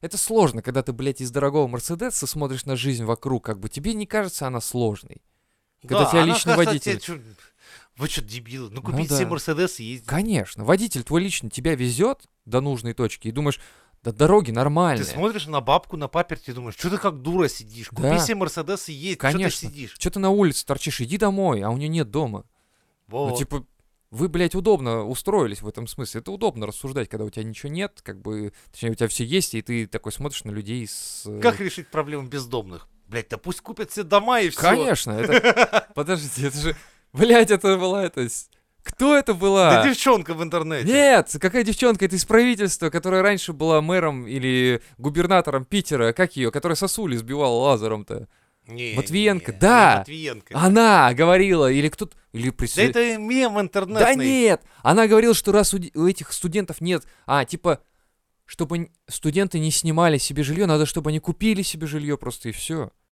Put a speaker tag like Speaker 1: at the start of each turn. Speaker 1: Это сложно, когда ты, блядь, из дорогого Мерседеса смотришь на жизнь вокруг, как бы тебе не кажется она сложной. Когда
Speaker 2: Да,
Speaker 1: тебя
Speaker 2: она
Speaker 1: личный
Speaker 2: кажется,
Speaker 1: водитель.
Speaker 2: тебе чё- Вы что, дебилы? Ну,
Speaker 1: Ну
Speaker 2: купите себе
Speaker 1: да.
Speaker 2: Мерседес и ездите.
Speaker 1: Конечно, водитель твой лично тебя везет до нужной точки и думаешь, да дороги
Speaker 2: Ты
Speaker 1: нормальные.
Speaker 2: смотришь на бабку, на паперти и думаешь, что ты как дура сидишь? Купи
Speaker 1: Да.
Speaker 2: себе Мерседес и едь, что ты
Speaker 1: Конечно.
Speaker 2: сидишь?
Speaker 1: Че ты на улице торчишь? Иди домой, а у нее нет дома. Ну,
Speaker 2: Вот.
Speaker 1: типа, вы, блядь, удобно устроились в этом смысле. Это удобно рассуждать, когда у тебя ничего нет, как бы, точнее, у тебя все есть, и ты такой смотришь на людей с... э,
Speaker 2: Как решить проблему бездомных? Блять, да пусть купят все дома и все.
Speaker 1: Конечно, это... Подожди, это же... Блядь, это была это... с- Кто это была?
Speaker 2: Да девчонка в интернете.
Speaker 1: Нет, какая девчонка, это из правительства, которая раньше была мэром или губернатором Питера, как ее, которая сосули сбивала лазером-то.
Speaker 2: Не,
Speaker 1: Матвиенко,
Speaker 2: не,
Speaker 1: да.
Speaker 2: не Матвиенко.
Speaker 1: Она говорила, или кто-то, или
Speaker 2: Да
Speaker 1: представитель...
Speaker 2: это мем интернетный.
Speaker 1: Да нет! Она говорила, что раз у, де- у этих студентов нет... А, типа, чтобы н- студенты не снимали себе жилье, надо, чтобы они купили себе жилье просто и все.